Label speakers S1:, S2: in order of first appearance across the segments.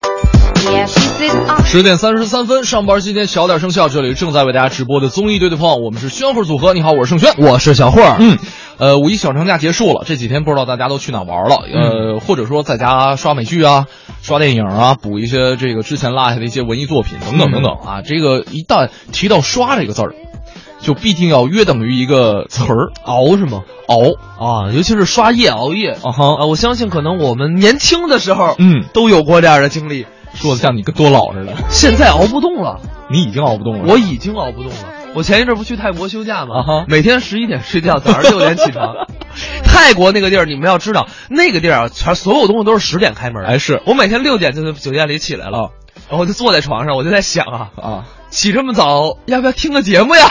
S1: 啊
S2: 十点三十三分，上班期间小点声笑，这里正在为大家直播的综艺对对碰，我们是宣慧组合。你好，我是盛轩，
S1: 我是小慧。
S2: 嗯，呃，五一小长假结束了，这几天不知道大家都去哪玩了，呃，
S1: 嗯
S2: 或者说在家刷美剧啊、刷电影啊，补一些这个之前落下的一些文艺作品等等等等
S1: 嗯
S2: 啊。这个一旦提到“刷”这个字儿，就必定要约等于一个词儿
S1: 熬是吗？
S2: “熬
S1: 啊，尤其是刷夜熬夜”。
S2: 啊哈，
S1: 啊，我相信可能我们年轻的时候，
S2: 嗯，
S1: 都有过这样的经历。
S2: 说的像你跟多老似的，
S1: 现在熬不动了，
S2: 你已经熬不动了。
S1: 我已经熬不动了。我前一阵不去泰国休假
S2: 嗯啊哈
S1: 吗？每天十一点睡觉，早上六点起 床。泰国那个地儿，你们要知道，那个地儿啊，全所有东西都是十点开门的。
S2: 哎是
S1: 我每天六点就从酒店里起来了，
S2: 啊
S1: 然后我就坐在床上，我就在想啊，
S2: 啊，
S1: 起这么早，要不要听个节目呀？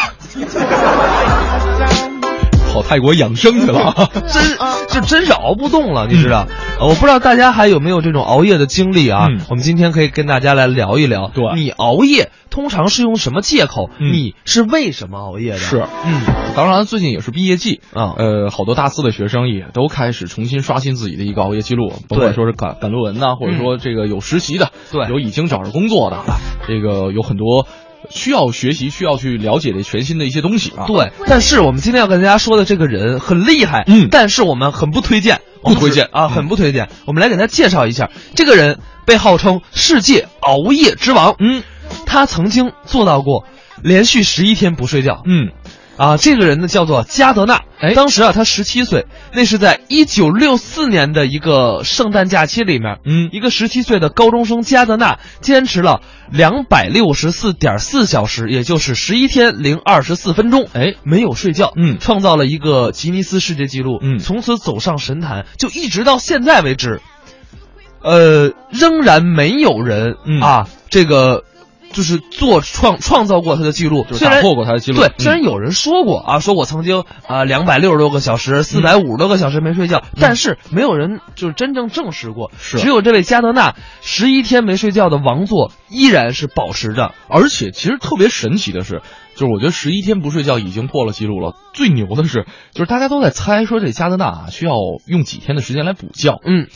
S2: 跑泰国养生去了啊。
S1: 真就真是熬不动了，你知道？呃我不知道大家还有没有这种熬夜的经历啊？
S2: 嗯
S1: 我们今天可以跟大家来聊一聊，
S2: 对
S1: 你熬夜通常是用什么借口？
S2: 嗯
S1: 你是为什么熬夜的？
S2: 是
S1: 嗯
S2: 当然，最近也是毕业季
S1: 啊
S2: 呃，好多大四的学生也都开始重新刷新自己的一个熬夜记录，甭管
S1: 对
S2: 说是赶赶论文呐、或者说这个有实习的，
S1: 对
S2: 有已经找着工作的，这个有很多需要学习、需要去了解的全新的一些东西啊。，
S1: 对，但是我们今天要跟大家说的这个人很厉害，
S2: 嗯
S1: 但是我们很不推荐，我们
S2: 不推荐嗯
S1: 只啊，很不推荐。我们来给大家介绍一下，这个人被号称世界熬夜之王，嗯，他曾经做到过连续十一天不睡觉，
S2: 嗯，
S1: 啊，这个人呢叫做加德纳。
S2: 哎
S1: 当时啊，他十七岁，那是在一九六四年的一个圣诞假期里面，
S2: 嗯
S1: 一个十七岁的高中生加德纳坚持了两百六十四点四小时，也就是十一天零二十四分钟，
S2: 哎，
S1: 没有睡觉，
S2: 嗯
S1: 创造了一个吉尼斯世界纪录，
S2: 嗯
S1: 从此走上神坛，就一直到现在为止，呃，仍然没有人、
S2: 嗯
S1: 啊，这个。就是做创创造过他的记录，
S2: 就是
S1: 虽然
S2: 打破过他的记录
S1: 对
S2: 嗯，
S1: 虽然有人说过啊，说我曾经啊两百六十多个小时、四百五十多个小时没睡觉，但是没有人就是真正证实过。
S2: 嗯是
S1: 只有这位加德纳十一天没睡觉的王座依然是保持着。
S2: 而且其实特别神奇的是，就是我觉得十一天不睡觉已经破了记录了。最牛的是，就是大家都在猜说这加德纳啊需要用几天的时间来补觉，
S1: 嗯，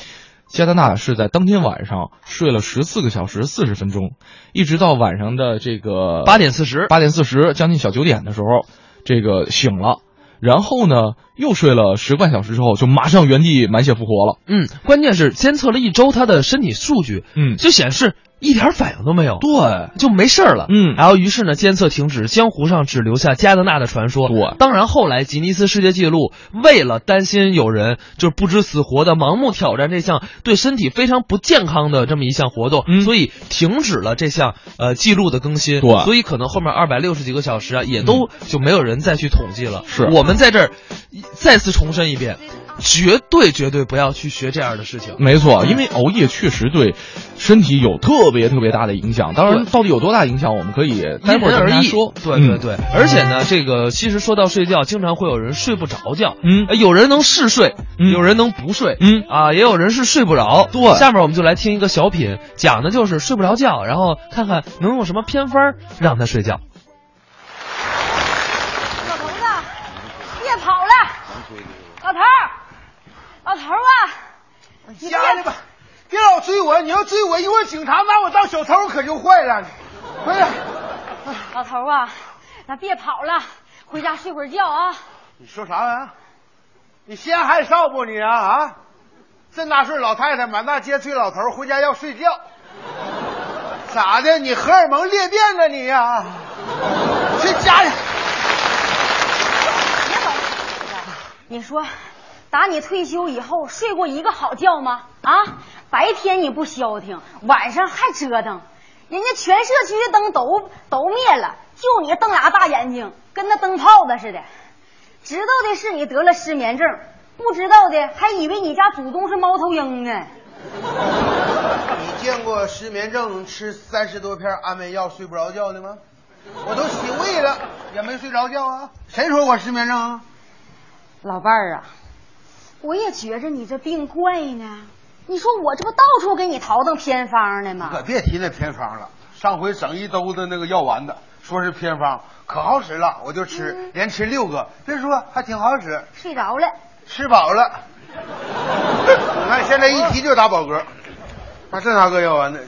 S2: 加德纳是在当天晚上睡了十四个小时四十分钟，一直到晚上的这个
S1: 八点四十，
S2: 八点四十，将近小九点的时候，这个醒了，然后呢又睡了十个半小时之后，就马上原地满血复活了。
S1: 嗯，关键是监测了一周他的身体数据，
S2: 嗯
S1: 就显示一点反应都没有，
S2: 对，
S1: 就没事儿了。
S2: 嗯
S1: 然后于是呢，监测停止，江湖上只留下加德纳的传说。
S2: 对
S1: 当然后来吉尼斯世界纪录为了担心有人就是不知死活的盲目挑战这项对身体非常不健康的这么一项活动，
S2: 嗯
S1: 所以停止了这项呃记录的更新。
S2: 对嗯
S1: 所以可能后面二百六十几个小时啊，也都就没有人再去统计了。
S2: 是
S1: 我们在这儿再次重申一遍，绝对绝对不要去学这样的事情。
S2: 没错，因为熬夜确实对身体有特别特别大的影响。当然，
S1: 对
S2: 到底有多大影响，我们可以待
S1: 因
S2: 会
S1: 人
S2: 儿再跟
S1: 而
S2: 大家
S1: 异。
S2: 说。嗯
S1: 对对对，而且呢，这个其实说到睡觉，经常会有人睡不着觉，
S2: 嗯
S1: 呃有人能嗜睡，
S2: 嗯
S1: 有人能不睡，
S2: 嗯
S1: 啊，也有人是睡不着。
S2: 对
S1: 下面我们就来听一个小品，讲的就是睡不着觉，然后看看能用什么偏方儿让他睡觉。
S3: 老头子，别跑了！老头儿，老头儿啊，你
S4: 家里吧，别老追我，你要追我，一会儿警察拿我当小偷可就坏了。回来，
S3: 老头儿啊，咱别跑了，回家睡会儿觉啊。
S4: 你说啥玩意儿？你陷害少不你啊啊！这么大岁老太太满大街追老头，回家要睡觉，咋的？你荷尔蒙裂变了你呀、去家里。
S3: 别老跑了，你说，打你退休以后，睡过一个好觉吗？啊，白天你不消停，晚上还折腾，人家全社区的灯都都灭了，就你瞪俩大眼睛，跟那灯泡子似的。知道的是你得了失眠症，不知道的还以为你家祖宗是猫头鹰呢。
S4: 你见过失眠症吃三十多片安眠药睡不着觉的吗？我都洗胃了，也没睡着觉啊。谁说我失眠症啊？
S3: 老伴儿啊，我也觉着你这病怪呢。你说我这不到处给你淘腾偏方呢吗？
S4: 可别提那偏方了，上回整一兜子那个药丸子，说是偏方，可好使了，我就吃，连吃六个，别说还挺好使，
S3: 睡着了。
S4: 吃饱了。 啊你看现在一提就打饱嗝，那这哪个药丸子？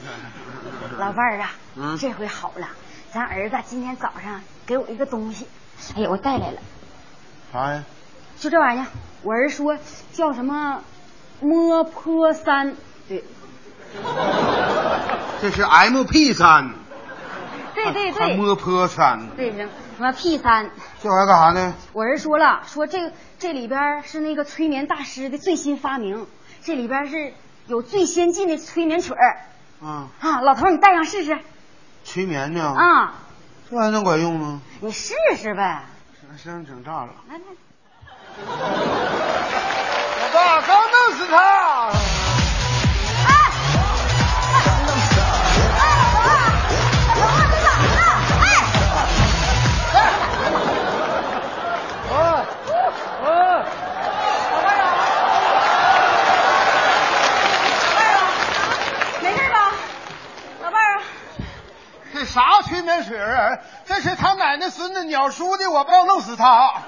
S3: 老伴儿啊，
S4: 嗯
S3: 这回好了，咱儿子今天早上给我一个东西，哎呀，我带来了，
S4: 啥呀？
S3: 就这玩意儿，我儿说叫什么摸坡三，对，
S4: 这是 MP 三，
S3: 对对
S4: 还
S3: 对，
S4: 摸坡三，
S3: 对什么 P 三，
S4: 这玩意儿干啥呢？
S3: 我儿说了，说这这里边儿是那个催眠大师的最新发明，这里边儿是有最先进的催眠曲儿
S4: 啊，
S3: 啊，老头儿你戴上试试
S4: 催眠呢？，
S3: 啊，
S4: 这还能管用吗？
S3: 你试试呗，
S4: 身上整炸了！
S3: 来来，
S4: 老爸，刚弄死他！啊啊！
S3: 没事吧，老伴儿啊，
S4: 这啥催眠曲儿啊？这是他奶奶孙子鸟叔的，我不要弄死他！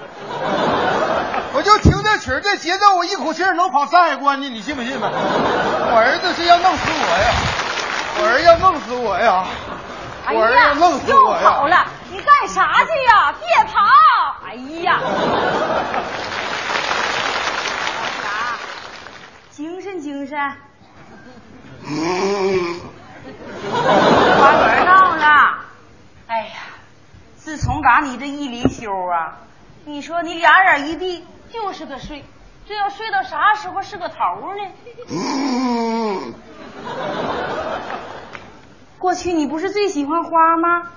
S4: 我就听这曲儿这节奏，我一口气儿能跑山海关去，你信不信吧？我儿子是要弄死我呀！我儿子要弄死我呀！
S3: 哎
S4: 我儿子
S3: 呀
S4: 要弄，死
S3: 又
S4: 我
S3: 跑
S4: 呀！
S3: 了，你干啥去呀？别跑！哎呀，啥？ 精神精神，滑轮到了。哎呀，自从嘎你这一离休啊，你说你俩眼一闭就是个睡，这要睡到啥时候是个头呢？过去你不是最喜欢花吗？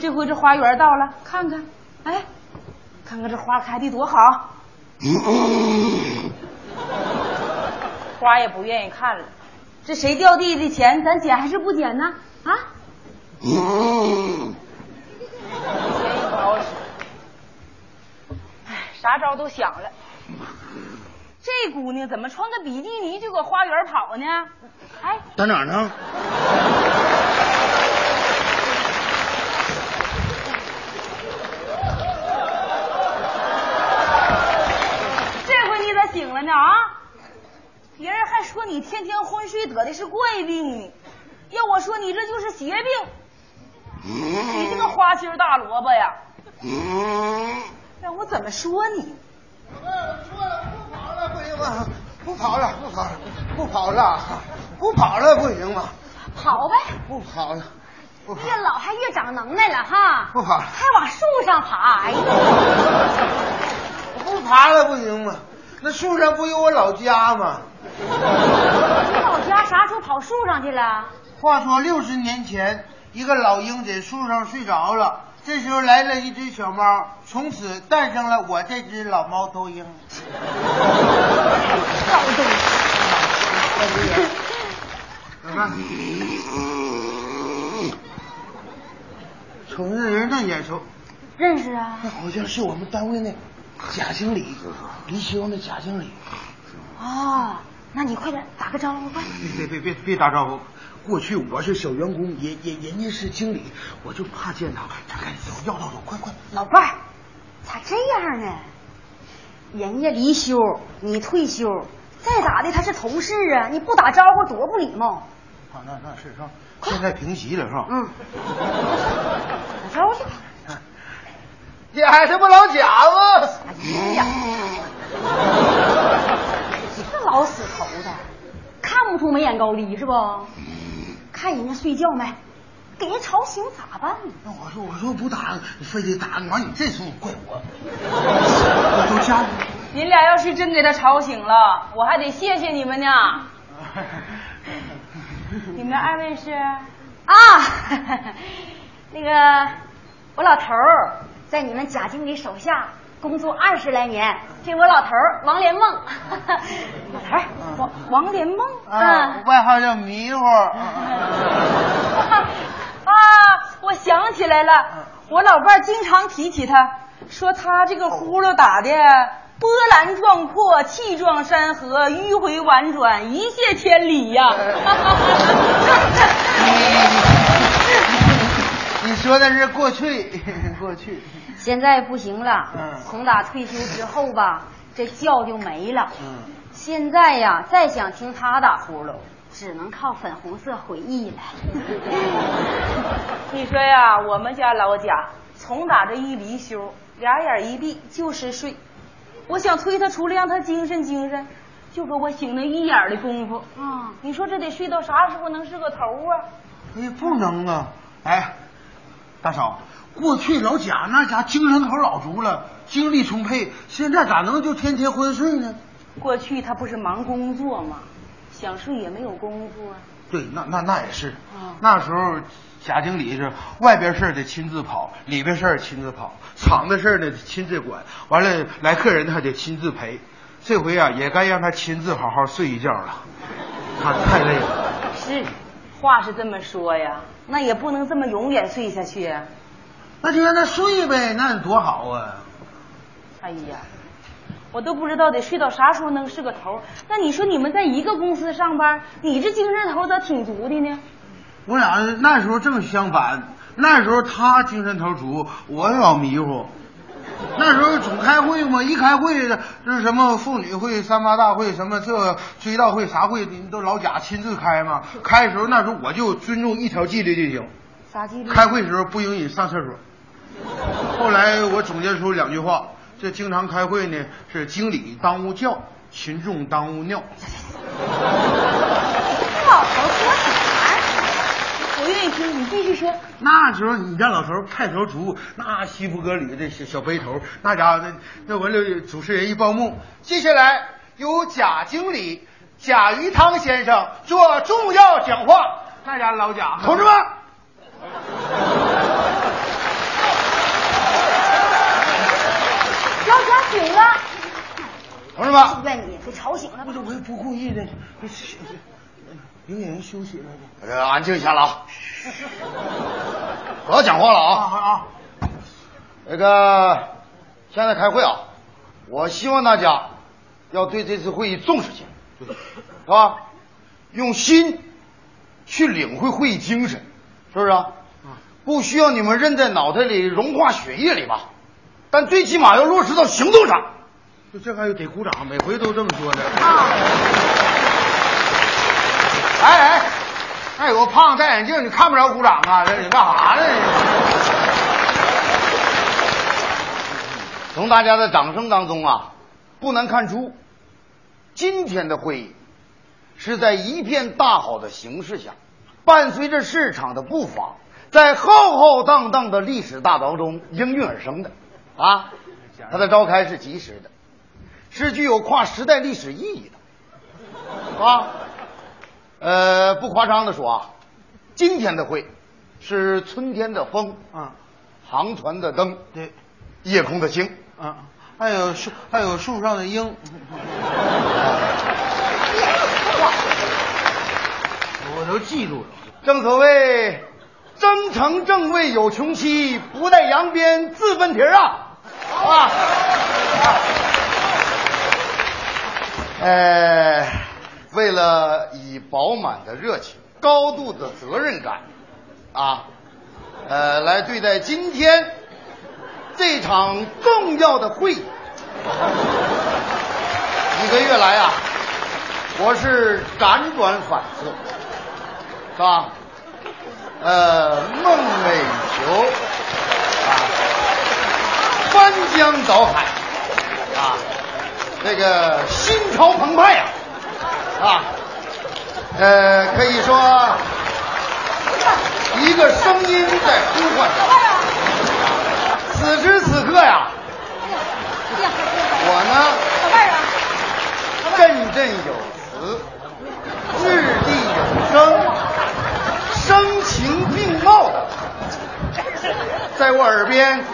S3: 这回这花园到了，看看，哎，看看这花开的多好。花也不愿意看了，这谁掉地的钱，咱捡还是不捡呢？啊？哎，啥招都想了。这姑娘怎么穿个比基尼就搁花园跑呢？哎，
S4: 在哪儿呢？
S3: 这回你咋醒了呢啊？别人还说你天天昏睡得的是怪病呢，要我说你这就是邪病。你这个花心大萝卜呀，让哎我怎么说你？
S4: 不行吗？不跑了，不跑了，不跑了，不跑了，不行吗？
S3: 跑呗！
S4: 不跑了，不跑
S3: 越老还越长能耐了哈，
S4: 不跑了。
S3: 还往树上爬。哎呀，
S4: 不爬了不行吗？那树上不有我老家吗？
S3: 你老家啥时候跑树上去了？
S4: 话说六十年前，一个老鹰在树上睡着了，这时候来了一只小猫，从此诞生了我这只老猫头鹰。少东， 瞅那人那眼熟，
S3: 认识啊？
S4: 那好像是我们单位那贾经理，离休那贾经理。
S3: 哦，那你快点打个招呼吧。
S4: 别别别别打招呼！过去我是小员工，也也人家是经理，我就怕见他，他赶紧走，要到手，快快！
S3: 老伴儿，咋这样呢？人家离休，你退休，再咋的他是同事啊，你不打招呼多不礼貌。
S4: 啊，那那是是吧？现在平息了是吧？
S3: 嗯，打招呼去吧。
S4: 你还他妈老贾吗？
S3: 哎呀，这老死头的，看不出眉眼高低是不？看人家睡觉没，给人吵醒咋办呢？
S4: 那我说我说不打，非得打，完你这次怪我。我都家
S5: 您俩要是真给他吵醒了，我还得谢谢你们呢。你们二位是？
S3: 啊， 那个我老头儿在你们贾经理手下工作二十来年，这我老头儿王连梦， 老头 儿王王连梦
S4: 啊，
S3: 嗯
S4: 外号叫迷糊。
S5: 啊，我想起来
S3: 嗯
S5: 了，我老伴儿经常提起他，说他这个呼噜打的波澜壮阔，气壮山河，迂回婉转，一泻千里呀、
S4: 你说的是过去，过去。
S3: 现在不行了，
S4: 嗯
S3: 从打退休之后吧，这觉就没了。
S4: 嗯，
S3: 现 在呀，再想听他打呼噜，只能靠粉红色回忆了。
S5: 你说呀，我们家老贾从打这一离休，俩眼一闭就是睡。我想推他出来，让他精神精神，就给我醒那一眼的功夫。
S3: 啊，
S5: 你说这得睡到啥时候能是个头啊？
S4: 哎，不能啊！哎，大嫂，过去老贾那家精神头老足了，精力充沛，现在咋能就天天昏睡呢？
S5: 过去他不是忙工作吗？想睡也没有功夫啊。
S4: 对，那那那也是
S5: 嗯，
S4: 那时候贾经理是外边事儿得亲自跑，里边事儿亲自跑，厂子事儿呢得亲自管，完了来客人呢还得亲自陪。这回啊，也该让他亲自好好睡一觉了，他太累了。
S5: 是，话是这么说呀，那也不能这么永远睡下去啊。
S4: 那就让他睡呗，那多好啊！
S5: 哎呀，我都不知道得睡到啥时候能是个头儿。那你说你们在一个公司上班，你这精神头儿咋挺足的呢？
S4: 我俩那时候正相反，那时候他精神头足，我老迷糊。那时候总开会嘛，一开会这什么妇女会、三八大会，什么这追悼会、啥会，你都老贾亲自开嘛。开的时候，那时候我就遵重一条纪律就行。
S5: 啥纪律？
S4: 开会时候不允许上厕所。后来我总结出两句话：这经常开会呢，是经理当屋叫，群众当屋尿。
S5: 你老头说啥？我愿意听，你继续说。
S4: 那时候你家老头儿派头足，那西服革履的小小背头，那家伙那那完了，主持人一报幕，接下来由贾经理贾于汤先生做重要讲话。那家老贾，同志们，
S3: 老贾醒了，
S4: 同志们，
S3: 怨你给吵醒了吧。
S4: 我也不故意的，有演员休息了。
S6: 呃，安静一下了 啊！不要讲话了
S4: 啊
S6: 啊！
S4: 啊！
S6: 那个，现在开会啊，我希望大家要对这次会议重视起来， 是吧？用心去领会会议精神，是不是啊？
S4: 嗯
S6: 不需要你们认在脑袋里、融化血液里吧，但最起码要落实到行动上。
S4: 就这还得鼓掌，每回都这么说的。
S6: 哎哎，
S4: 还有个胖子戴眼镜，你看不着鼓掌啊？这你干啥呢？
S6: 从大家的掌声当中啊，不难看出，今天的会议是在一片大好的形势下，伴随着市场的步伐，在浩浩荡荡的历史大潮中应运而生的。啊，它的召开是及时的，是具有跨时代历史意义的。啊，呃，不夸张的说啊，今天的会是春天的风，
S4: 啊，
S6: 航船的灯，
S4: 对。
S6: 夜空的星。
S4: 啊，还有树，还有树上的鹰。 我都记住了。
S6: 正所谓，征程正位有穷期，不带扬鞭自奔蹄儿啊！啊，呃，为了以饱满的热情、高度的责任感，啊，呃，来对待今天这场重要的会议。一个月来啊，我是辗转反侧，是吧？呃，梦寐以求啊，翻江倒海啊，这个心潮澎湃啊，啊，呃，可以说一个声音在呼唤着。此时此刻呀，我呢。
S3: 小妹儿啊，
S6: 振振有词，掷地有声，声情并茂的，在我耳边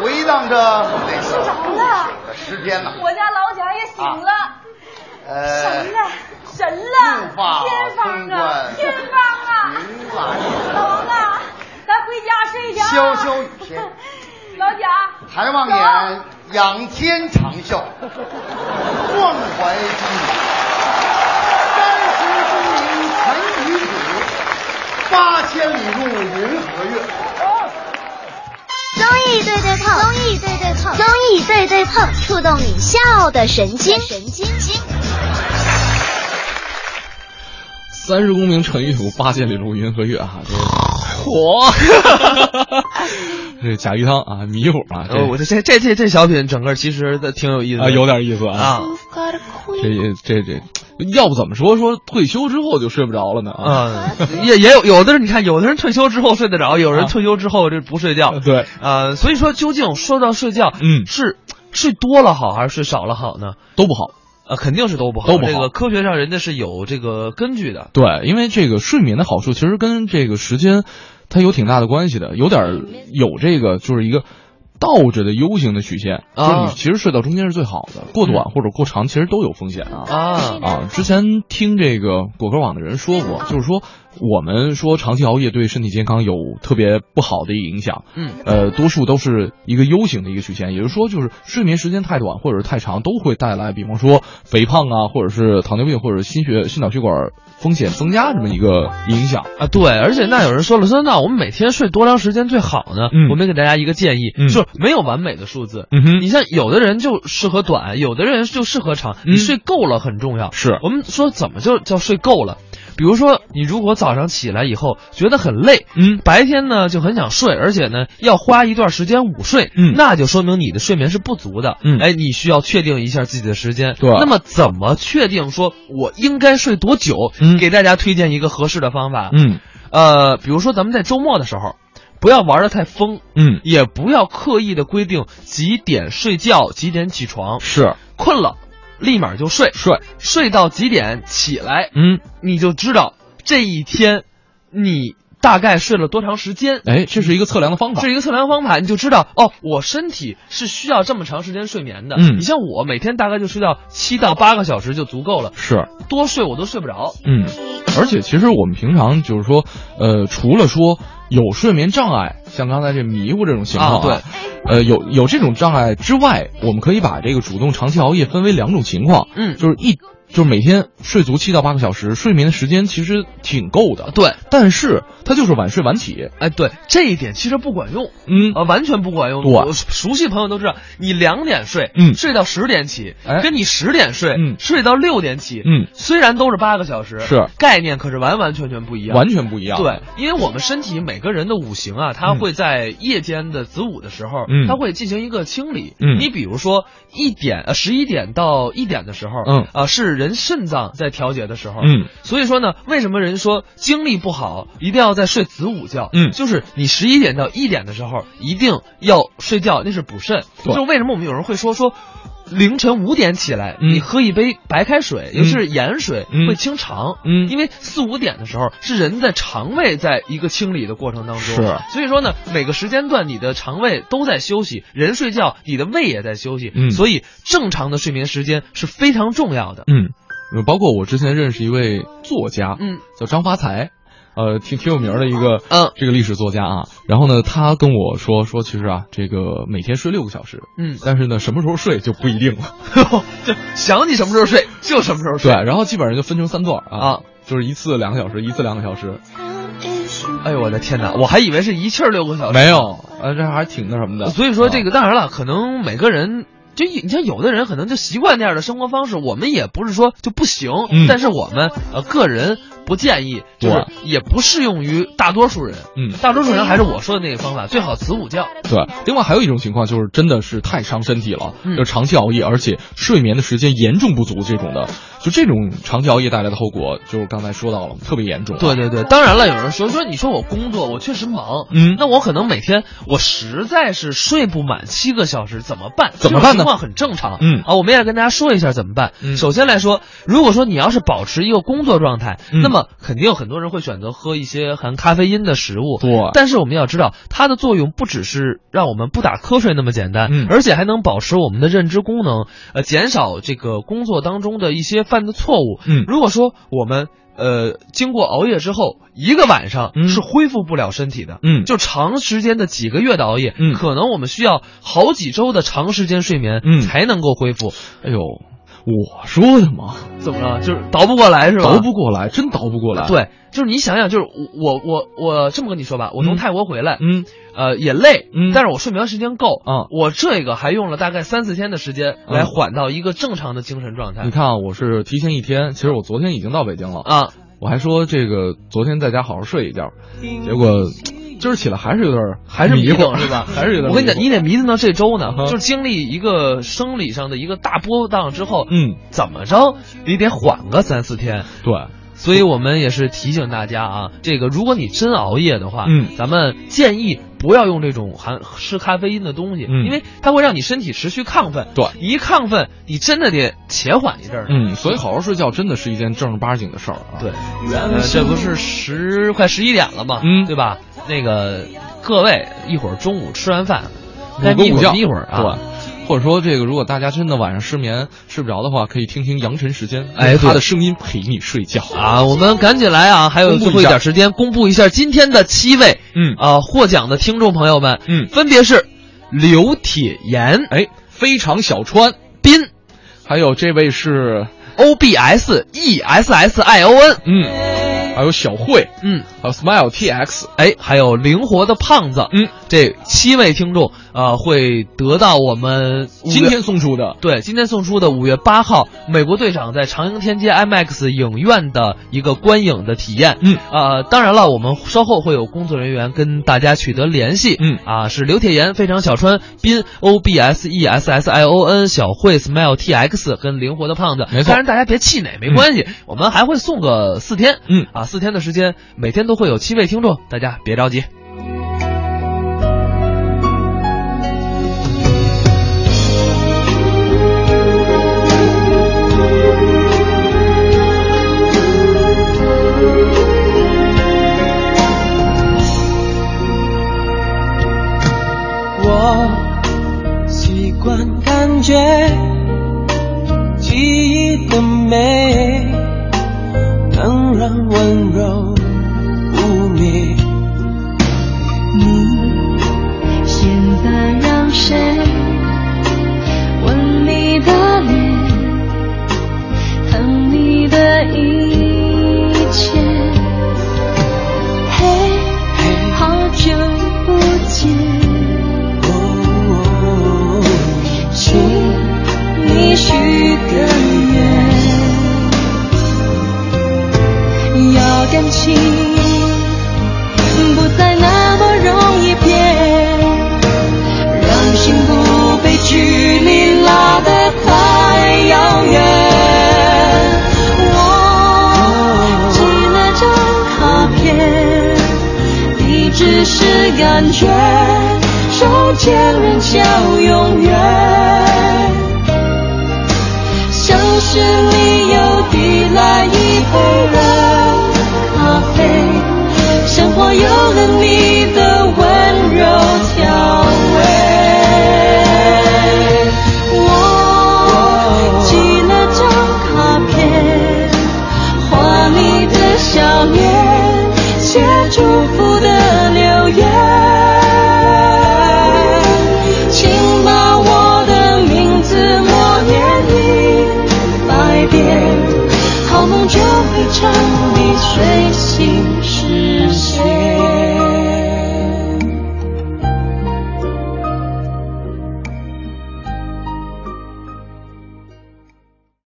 S6: 回荡着那首入水的诗篇呐、
S5: 我家老贾也醒了，
S6: 呃，
S5: 神了，神啊了，
S6: 怒发
S5: 天
S6: 冲
S5: 方啊天方
S6: 冠，，
S5: 啊，
S6: 云来
S5: 老王啊，咱回家睡去啊。
S6: 潇潇雨天。
S5: 老贾，
S6: 抬望眼，仰天长啸，壮怀激昂。三十功名尘与土，八千里路云和月。
S7: 综艺对对碰，综艺对对碰，综艺对对碰，触动你笑的神经，神经经。
S2: 三十公民陈玉土八千里路云和月啊，这 火，这甲鱼汤啊，迷糊啊，
S1: 呃，我
S2: 这
S1: 这这这这这小品整个其实挺有意思
S2: 啊
S1: 的，
S2: 有点意思
S1: 啊，
S2: 这这这，要不怎么说说退休之后就睡不着了呢啊？
S1: 啊，也也有有的人，你看，有的人退休之后睡得着，有人退休之后就不睡觉。
S2: 啊对
S1: 啊，所以说究竟说到睡觉，
S2: 嗯
S1: 是睡多了好还是睡少了好呢？
S2: 都不好。
S1: 啊，肯定是都不好。
S2: 都不好
S1: 这个科学上人家是有这个根据的。
S2: 对，因为这个睡眠的好处其实跟这个时间它有挺大的关系的，有点儿有这个就是一个倒着的 U 型的曲线，就是
S1: 啊嗯
S2: 你其实睡到中间是最好的，过短或者过长其实都有风险啊。
S1: 啊
S2: 啊，之前听这个果壳网的人说过，就是说我们说长期熬夜对身体健康有特别不好的影响，
S1: 嗯，
S2: 呃，多数都是一个 U 型的一个曲线，也就是说，就是睡眠时间太短或者是太长，都会带来，比方说肥胖啊，或者是糖尿病，或者心血心脑血管风险增加这么一个影响。
S1: 啊，对，而且那有人说了，说那我们每天睡多长时间最好呢？
S2: 嗯
S1: 我们也给大家一个建议，
S2: 嗯
S1: 就是没有完美的数字。
S2: 嗯哼
S1: 你像有的人就适合短，有的人就适合长，
S2: 嗯
S1: 你睡够了很重要。
S2: 是
S1: 我们说怎么就叫睡够了？比如说，你如果早上起来以后觉得很累，
S2: 嗯
S1: 白天呢就很想睡，而且呢要花一段时间午睡，
S2: 嗯
S1: 那就说明你的睡眠是不足的，
S2: 嗯
S1: 哎，你需要确定一下自己的时间。
S2: 对
S1: 那么怎么确定说我应该睡多久？
S2: 嗯
S1: 给大家推荐一个合适的方法，
S2: 嗯
S1: 呃，比如说咱们在周末的时候，不要玩的太疯，
S2: 嗯，
S1: 也不要刻意的规定几点睡觉、几点起床，
S2: 是
S1: 困了立马就睡，
S2: 睡，
S1: 睡到几点起来，
S2: 嗯，
S1: 你就知道这一天你大概睡了多长时间。
S2: 哎，这是一个测量的方法
S1: 这。是一个测量方法，你就知道哦，我身体是需要这么长时间睡眠的。
S2: 嗯
S1: 你像我每天大概就睡到七到八个小时就足够了，
S2: 是，
S1: 多睡我都睡不着。
S2: 嗯，而且其实我们平常就是说，呃，除了说有睡眠障碍，像刚才这迷糊这种情况、
S1: 啊
S2: 呃，有有这种障碍之外，我们可以把这个主动长期熬夜分为两种情况，
S1: 嗯
S2: 就是一就是每天睡足七到八个小时，睡眠的时间其实挺够的，
S1: 对，
S2: 但是它就是晚睡晚起，
S1: 哎，对这一点其实不管用。
S2: 嗯
S1: 啊，完全不管用。
S2: 对
S1: 我熟悉朋友都知道，你两点睡，
S2: 嗯
S1: 睡到十点起，
S2: 哎
S1: 跟你十点睡，
S2: 嗯
S1: 睡到六点起，
S2: 嗯，
S1: 虽然都是八个小时，
S2: 是
S1: 概念可是完完全全不一样。
S2: 完全不一样，
S1: 对，，因为我们身体每个人的五行啊，它
S2: 嗯
S1: 会在夜间的子午的时候，
S2: 嗯
S1: 它会进行一个清理。
S2: 嗯
S1: 你比如说一点呃十一点到一点的时候，
S2: 嗯
S1: 啊、是人肾脏在调节的时候，
S2: 嗯，
S1: 所以说呢，为什么人说精力不好一定要在睡子午觉？
S2: 嗯
S1: 就是你十一点到一点的时候一定要睡觉，那是补肾。
S2: 对
S1: 就是为什么我们有人会说说。凌晨五点起来，
S2: 嗯
S1: 你喝一杯白开水，尤其是盐水，
S2: 嗯
S1: 会清肠。
S2: 嗯
S1: 因为四五点的时候是人在肠胃在一个清理的过程当中，
S2: 是
S1: 所以说呢，每个时间段你的肠胃都在休息，人睡觉，你的胃也在休息，
S2: 嗯
S1: 所以正常的睡眠时间是非常重要的。
S2: 嗯，呃包括我之前认识一位作家，
S1: 嗯，
S2: 叫张发财，呃，挺挺有名儿的一个，
S1: 嗯
S2: 这个历史作家啊。然后呢，他跟我说说，其实啊，这个每天睡六个小时，，
S1: 嗯
S2: 但是呢，什么时候睡就不一定了。
S1: 就想你什么时候睡就什么时候
S2: 对，
S1: 睡。
S2: 然后基本上就分成三段儿啊，
S1: 啊
S2: 就是一次两个小时，一次两个小时，
S1: 哎呦我的天哪，我还以为是一气儿六个小时。
S2: 没有，呃，这还挺那什么的。
S1: 所以说这
S2: 啊
S1: 个当然了，可能每个人。就你像有的人可能就习惯那样的生活方式，我们也不是说就不行，
S2: 嗯
S1: 但是我们呃个人不建议，就是也不适用于大多数人。
S2: 嗯
S1: 大多数人还是我说的那个方法，最好子午觉。
S2: 对，另外还有一种情况就是真的是太伤身体了，
S1: 嗯
S2: 就是长期熬夜，而且睡眠的时间严重不足这种的，就这种长期熬夜带来的后果，就是刚才说到了，特别严重。啊
S1: 对对对，当然了，有人说说你说我工作，我确实忙，
S2: 嗯
S1: 那我可能每天我实在是睡不满七个小时，怎么办？
S2: 怎么办
S1: 这种
S2: 呢
S1: 情况很正常，
S2: 嗯
S1: 啊，我们也跟大家说一下怎么办。
S2: 嗯
S1: 首先来说，如果说你要是保持一个工作状态，
S2: 嗯
S1: 那么肯定有很多人会选择喝一些含咖啡因的食物，
S2: 对
S1: 但是我们要知道，它的作用不只是让我们不打瞌睡那么简单，
S2: 嗯
S1: 而且还能保持我们的认知功能，呃，减少这个工作当中的一些犯的错误。
S2: 嗯
S1: 如果说我们呃经过熬夜之后，一个晚上
S2: 嗯
S1: 是恢复不了身体的，
S2: 嗯
S1: 就长时间的几个月的熬夜，
S2: 嗯
S1: 可能我们需要好几周的长时间睡眠，
S2: 嗯
S1: 才能够恢复。
S2: 哎呦，我说的嘛，
S1: 怎么了？就是倒不过来是吧？
S2: 倒不过来，真倒不过来。，
S1: 对，就是你想想，就是我我我我这么跟你说吧，我从泰国回来，
S2: 嗯，
S1: 呃，也累，
S2: 嗯
S1: 但是我睡眠时间够，
S2: 嗯
S1: 我这个还用了大概三四天的时间
S2: 嗯
S1: 来缓到一个正常的精神状态
S2: 你，看啊我是提前一天，其实我昨天已经到北京了，
S1: 啊，
S2: 我还说这个昨天在家好好睡一觉，结果今儿起来还是有点
S1: 嗯还是
S2: 迷
S1: 迷
S2: 糊
S1: 瞪是 吧？
S2: 还是有点迷
S1: 我
S2: 糊。
S1: 跟你讲，你得迷瞪到这周呢
S2: 嗯，
S1: 就是经历一个生理上的一个大波荡之后，
S2: 嗯，
S1: 怎么着你得缓个三四天。
S2: 对，
S1: 所以我们也是提醒大家啊，这个如果你真熬夜的话，
S2: 嗯
S1: 咱们建议不要用这种含施咖啡因的东西，
S2: 嗯
S1: 因为它会让你身体持续亢奋。
S2: 对
S1: 一亢奋，你真的得且缓一阵儿。
S2: 嗯，所以好好睡觉真的是一件正儿八经的事儿啊。
S1: 对，呃，这不是十快十一点了吗？
S2: 嗯
S1: 对吧？那个各位，一会儿中午吃完饭，
S2: 补
S1: 该
S2: 个
S1: 眯
S2: 午
S1: 会
S2: 觉
S1: 儿眯会儿啊。
S2: 对，或者说这个，如果大家真的晚上失眠睡不着的话，可以听听扬晨时间，
S1: 哎
S2: 用他
S1: 对
S2: 的声音陪你睡觉
S1: 啊，我们赶紧来啊！还有
S2: 公布
S1: 最
S2: 一
S1: 后一
S2: 下
S1: 点时间，公布一下今天的七位
S2: 嗯
S1: 啊获奖的听众朋友们，
S2: 嗯
S1: 分别是刘铁岩、
S2: 哎，非常小川，
S1: 斌、
S2: 还有这位是
S1: O B S E S S I O N，
S2: 嗯，还有小慧，
S1: 嗯，
S2: 还有 Smile TX，
S1: 哎，还有灵活的胖子，
S2: 嗯，
S1: 这七位听众啊会得到我们五月
S2: 今天送出的
S1: 对，今天送出的五月八号，美国队长在长营天街 IMAX 影院的一个观影的体验。
S2: 嗯，
S1: 呃，当然了，我们稍后会有工作人员跟大家取得联系。
S2: 嗯
S1: 啊，是刘铁岩、非常小川、斌 O B S E S S I O N、小慧、Smile T X 跟灵活的胖子。
S2: 没错
S1: 当然大家别气馁，没关系，我们还会送个四天。
S2: 嗯
S1: 啊，四天的时间，每天都会有七位听众，大家别着急。
S8: 我习惯感觉记忆的美，能让温柔不灭。
S9: 现在让谁吻你的脸，疼你的一切。嘿，好久不见，
S8: 哦哦哦
S9: 请你许个愿，要感情不再那么容易变。让幸福被距离拉得太遥远。我寄了张卡片，地址是感觉，手牵人叫永远，像是你又递来一杯热咖啡，生活有了你的